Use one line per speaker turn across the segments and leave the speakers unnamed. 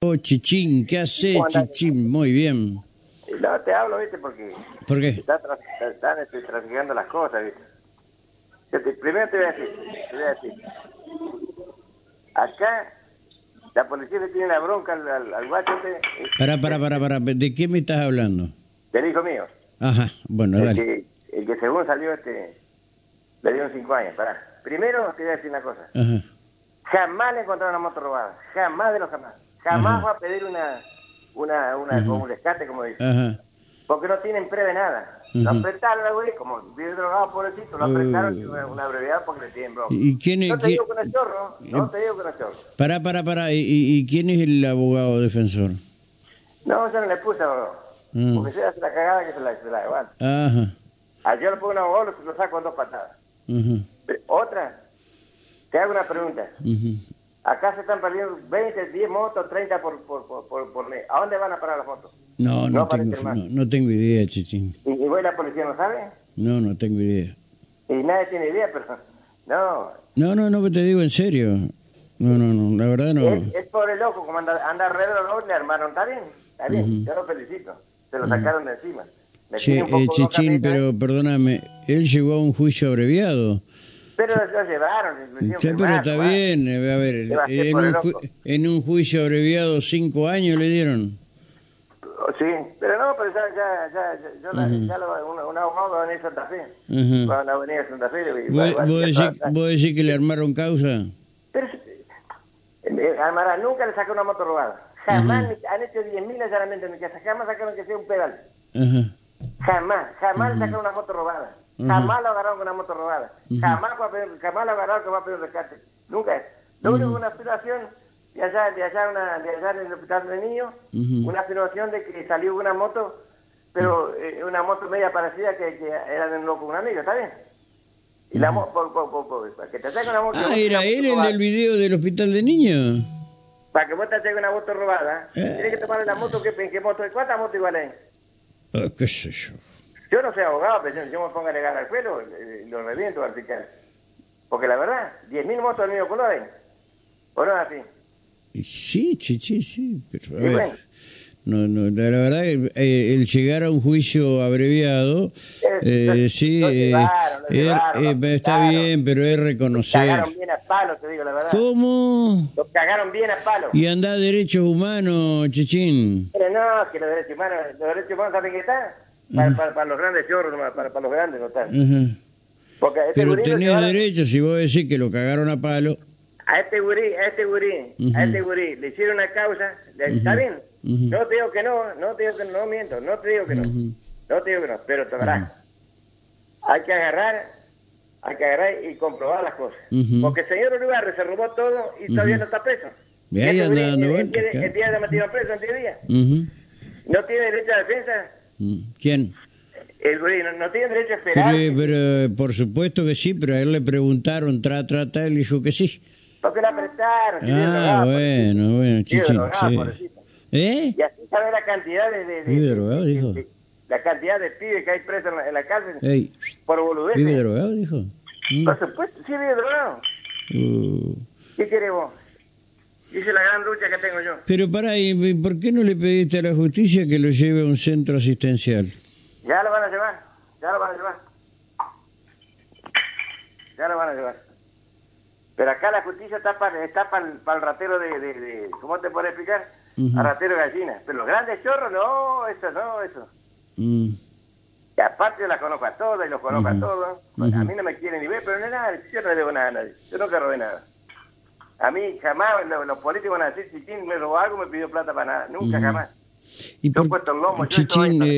Oh, Chichín, ¿qué haces,
¿Cómo andás?
Chichín? Muy bien.
No, te hablo, viste, porque
¿Por qué?
está tra- están, este, traficando las cosas, viste. Yo te- primero te voy a decir, te voy a decir. Acá la policía le tiene la bronca al, al, al guacho este, eh,
Pará, pará, pará, pará. ¿De qué me estás hablando?
del hijo mío.
Ajá, bueno,
El
Ah, dale.
que, el que según salió este, le dieron cinco años, pará. Primero te voy a decir una cosa.
Ajá.
Jamás le encontraron una moto robada. Jamás de los jamás. Jamás va a pedir una, una, una, como un rescate, como dice.
Ajá.
Porque no tienen breve nada. Lo
Ujú.
apretaron al güey, como vive drogado pobrecito, lo apretaron y una, una brevedad porque le tienen bronca.
¿Y eh, quién es-
No te
quién-
digo que no es chorro, no te digo que no es chorro.
Pará, pará, pará. ¿Y, y- y quién es el abogado defensor?
No, yo no le puse, bro.
Mm.
Porque se hace la cagada que se la, se la levanta.
Ajá.
Ah, yo le pongo un abogado, lo, lo saco con dos patadas.
Ujú,
Pero, Otra, te hago una pregunta.
ujú.
Acá se están perdiendo 20, 10 motos, 30 por, por, por, por, por mes. ¿A dónde van a parar las motos?
No, no
No parece
tengo, no,
mal.
no tengo idea, Chichín.
Y, y vos y la policía no sabe,
No, no tengo idea.
y nadie tiene idea, pero no,
No, no, no, te digo en serio. No, no, no, la verdad no.
Es, es pobre loco, como anda, anda alrededor del otro, le armaron, está bien, está bien, yo lo felicito, se lo sacaron de encima. Me
Che,
tiene un
eh,
poco loca a mí,
Chichín, pero perdóname, él llegó a un juicio abreviado.
Pero lo llevaron, lo hicieron
Está, pero
firmar,
está
nomás.
bien, eh, a ver,
¿Qué va a hacer
en
por
un,
el
ju-
loco?
en un juicio abreviado cinco años le dieron.
Oh, Sí, pero no, pero ya, ya, ya, ya, yo la- ya lo, un, un abogado va a venir a Santa Fe.
Ujú.
Va a la avenida de Santa Fe. y va-
¿Vos,
va a
vos
decir,
decís,
"Ah, ah".
vos decís que le armaron causa?
Pero eh, eh, Almará nunca le sacó una moto robada. Jamás ni- han hecho 10.000 allanamientos en mi casa. Jamás sacaron que sea un pedal.
Ajá.
Jamás, jamás le sacaron una moto robada. Jamás lo agarraron con una moto robada. Jamás, va a pedir- jamás lo agarraron que va a pedir rescate. Nunca. Lo único una aspiración de allá, de allá, una- de allá en el hospital de niños, una aspiración de que salió una moto, pero eh, una moto media parecida que, que era de un loco, un amigo, ¿está bien? Y la moto, que te saque una moto.
Ah,
una
era
moto
él el
robada.
del video del hospital de niños.
Para que vos te saques una moto robada,
Eh.
tienes que tomar la moto, que, en qué moto, ¿cuántas motos igual hay?
Ah, qué sé yo.
Yo no soy abogado, pero yo, yo me pongo a negar al pelo, eh, lo reviento al fiscal. Porque la verdad, 10.000 motos del mismo color hay. ¿O no es así?
Y Sí, sí, sí, sí, pero a
Y bueno.
ver. No, no, la la verdad, que, eh, el llegar a un juicio abreviado, eh,
lo-
sí,
lo
eh,
llevaron, lo
er-
llevaron,
eh,
lo
pero está
apuntaron.
bien, pero es
Los
reconocer.
cagaron bien a palo, te digo la verdad.
¿Cómo?
Los cagaron bien a palo.
Y anda derechos humanos, Chichín.
Pero no, que los derechos humanos, los derechos humanos, ¿saben qué están? Para, para- para los grandes chorros, nomás, para, para los grandes no están.
Ajá.
Porque a este
Pero
gurí lo
tenés
llevaron-
derecho si vos decís que lo cagaron a palo.
A este gurí, a este gurí, a este gurí, le hicieron una causa, le- ¿está bien? No te digo que no, no te digo que no, miento, no te digo que no, no te digo que no, pero tocará. Hay que agarrar, hay que agarrar y comprobar las cosas.
Ujú.
Porque el señor Uruguay se robó todo y todavía no está preso.
Y ahí
Este
anda
gurí,
dando
el- el
vueltas,
día-
claro.
El día de metido preso, en 10 días.
Ujú.
No tiene derecho a defensa,
Mm. ¿Quién?
el gurí, no, no tiene derecho a esperar.
Pero, pero, eh, por supuesto que sí, pero a él le preguntaron, tra, tra, tra, él dijo que sí.
Porque la apretaron. si bien
Ah,
drogado,
bueno, bueno,
Sí,
chichín.
drogado,
sí.
pobrecito.
¿Eh?
Y así sabe la cantidad de... de- de-
Vive drogado,
de-
dijo. Eh,
de- la cantidad de pibes que hay presos en la, en la cárcel
Ey,
por
¿Vive
boludeces.
drogado? Dijo. Mm.
Por supuesto, sí vive drogado.
Uh.
¿Qué querés vos? Dice la gran lucha que tengo yo.
Pero pará, ¿y y por qué no le pediste a la justicia que lo lleve a un centro asistencial?
Ya lo van a llevar, ya lo van a llevar. Ya lo van a llevar. Pero acá la justicia está para está el, el ratero de, de- de- ¿Cómo te puedo explicar? Al ratero de gallina. Pero los grandes chorros, no, eso, no, eso.
Mm.
Y aparte las conozco a todas y los conozco a todos. A mí no me quieren ni ver, pero no es nada, yo no le debo nada a nadie. Yo nunca robé nada. A mí jamás lo- los, políticos van a decir, si Tim me robó algo, me pidió plata para nada. Nunca, jamás.
Y
Yo puesto el lomo, yo
Chichín,
estoy-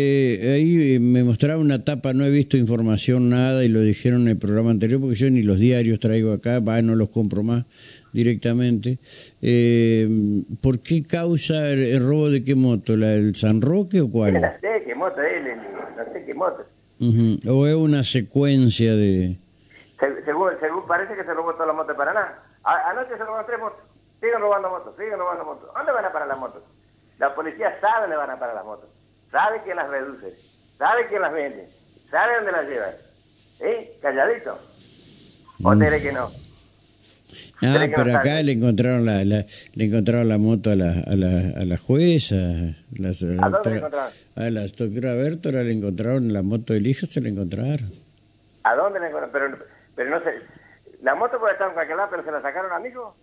eh, ahí eh, me mostraba una tapa, no he visto información, nada, y lo dijeron en el programa anterior, porque yo ni los diarios traigo acá, va, no los compro más directamente. Eh, ¿Por qué causa el, el robo de qué moto? ¿La del San Roque o
No
cuál?
sé qué moto es, le- no sé qué moto.
Ujú. ¿O es una secuencia de...?
Se- Según, según parece que se robó toda la moto de Paraná. A- anoche se robaron tres motos. Siguen robando motos, siguen robando motos. ¿Dónde van a parar las motos? La policía sabe dónde van a parar las motos. Sabe quién las reduce. Sabe quién las vende. Sabe dónde las lleva. ¿Sí? Calladito. ¿O te crees que no?
Ah, pero acá le encontraron la, la- le encontraron la moto a la, a la, a la jueza. las-
¿A dónde
doctora-
le encontraron?
A la doctora Bertora le encontraron la moto del hijo, se la encontraron.
¿A dónde la encontraron? Pero, pero no sé. La moto puede estar en cualquier lado, pero se la sacaron a mi hijo.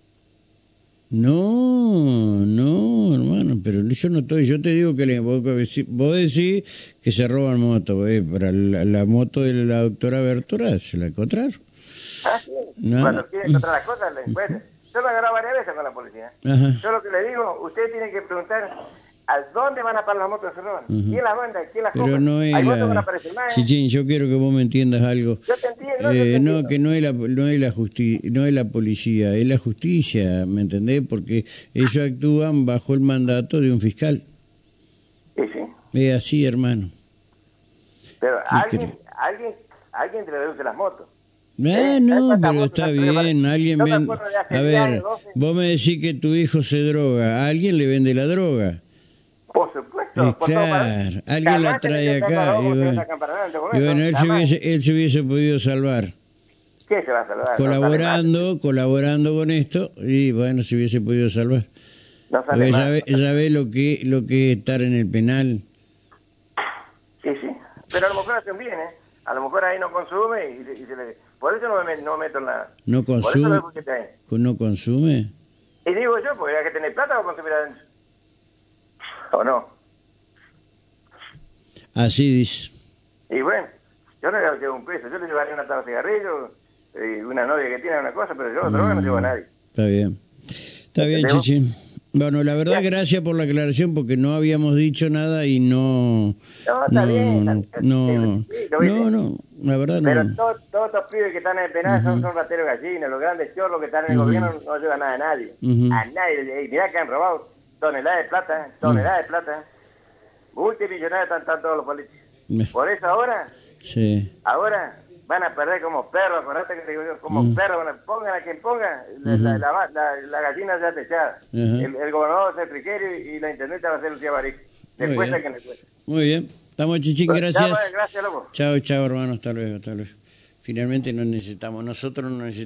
No, no, hermano, pero yo no estoy, yo te digo que le, vos, vos decís que se roban motos, eh, pero la, la moto de la doctora Bertora se la encontraron.
Ah, sí.
No.
Cuando quieren encontrar las cosas, les encuentran. Yo lo he agarrado varias veces con la policía.
Ajá.
Yo lo que le digo, ustedes tienen que preguntar a dónde van a parar las motos que se roban. ¿Quién las manda? ¿Quién las compra?
Pero no es
Hay motos que no
la...
aparecen más.
Chichín, yo quiero que vos me entiendas algo.
Yo te entiendo, yo te
Eh, no,
entiendo.
que no es la, no es la justi- no es la policía, es la justicia, ¿me entendés? Porque ellos actúan bajo el mandato de un fiscal.
Sí, sí.
Es así, hermano.
Pero alguien,
cree?
alguien, alguien te reduce las motos.
Ah,
Eh,
no,
esa
pero
moto
está
la tuve para-
bien, alguien
Yo me
vende...
acuerdo de hace
A
10
ver,
años, 12.
vos me decís que tu hijo se droga, a alguien le vende la droga.
Por supuesto.
Eh,
por todo
claro,
para-
alguien la
Jamás se
trae
le saca
acá.
la
Y
voz, se le
bueno,
sacan para adelante con
y
eso,
bueno, él, se
jamás.
hubiese, él se hubiese podido salvar.
¿Qué se va a salvar? No sale mal.
Colaborando, colaborando con esto, y bueno, se hubiese podido salvar.
No sale
Porque ya
mal.
ve, ya ve lo que lo que es estar en el penal.
Sí, sí. Pero a lo mejor hacen bien, ¿eh? A lo mejor ahí no consume y, se- y se le... Por eso no me, met- no me meto en la...
No
Por eso
consume.
lo que ahí.
¿No consume?
Y digo yo, porque hay que tener plata o consumir adentro. ¿O no?
Así dice.
Y bueno, yo no le llevo un peso. Yo le llevaría una taza de cigarrillo, eh, una novia que tiene una cosa, pero yo droga no llevo a nadie.
Está bien. Está bien,
Leo.
Chichín. Bueno, la verdad, gracias por la aclaración porque no habíamos dicho nada y no.
No, está bien,
no,
está bien.
no,
Sí, lo hice.
no, no, la verdad
Pero
no.
todos todos estos pibes que están en el penal son, son rateros gallinas, los grandes chorros que están en el gobierno no ayudan nada a nadie.
Ujú.
A nadie. Y mirá que han robado toneladas de plata, toneladas de plata. Multimillonarios están, están todos los políticos.
Me-
Por eso ahora,
Sí.
ahora van a perder como perros, acordate que te digo yo,
Mm.
como perros, van a- pongan a quien ponga, la, la- la- la- la gallina ya techada.
Ujú.
el, el gobernador va a ser Frigerio y, y la intendente va a ser Lucía Baric.
Muy
Le cuesta
bien.
que le cueste.
Muy bien. Estamos, Chichín,
Pues, Bueno,
gracias.
ya, bueno, gracias, loco.
Chao, chao, hermano. Hasta luego, hasta luego. Finalmente no necesitamos, nosotros no necesitamos.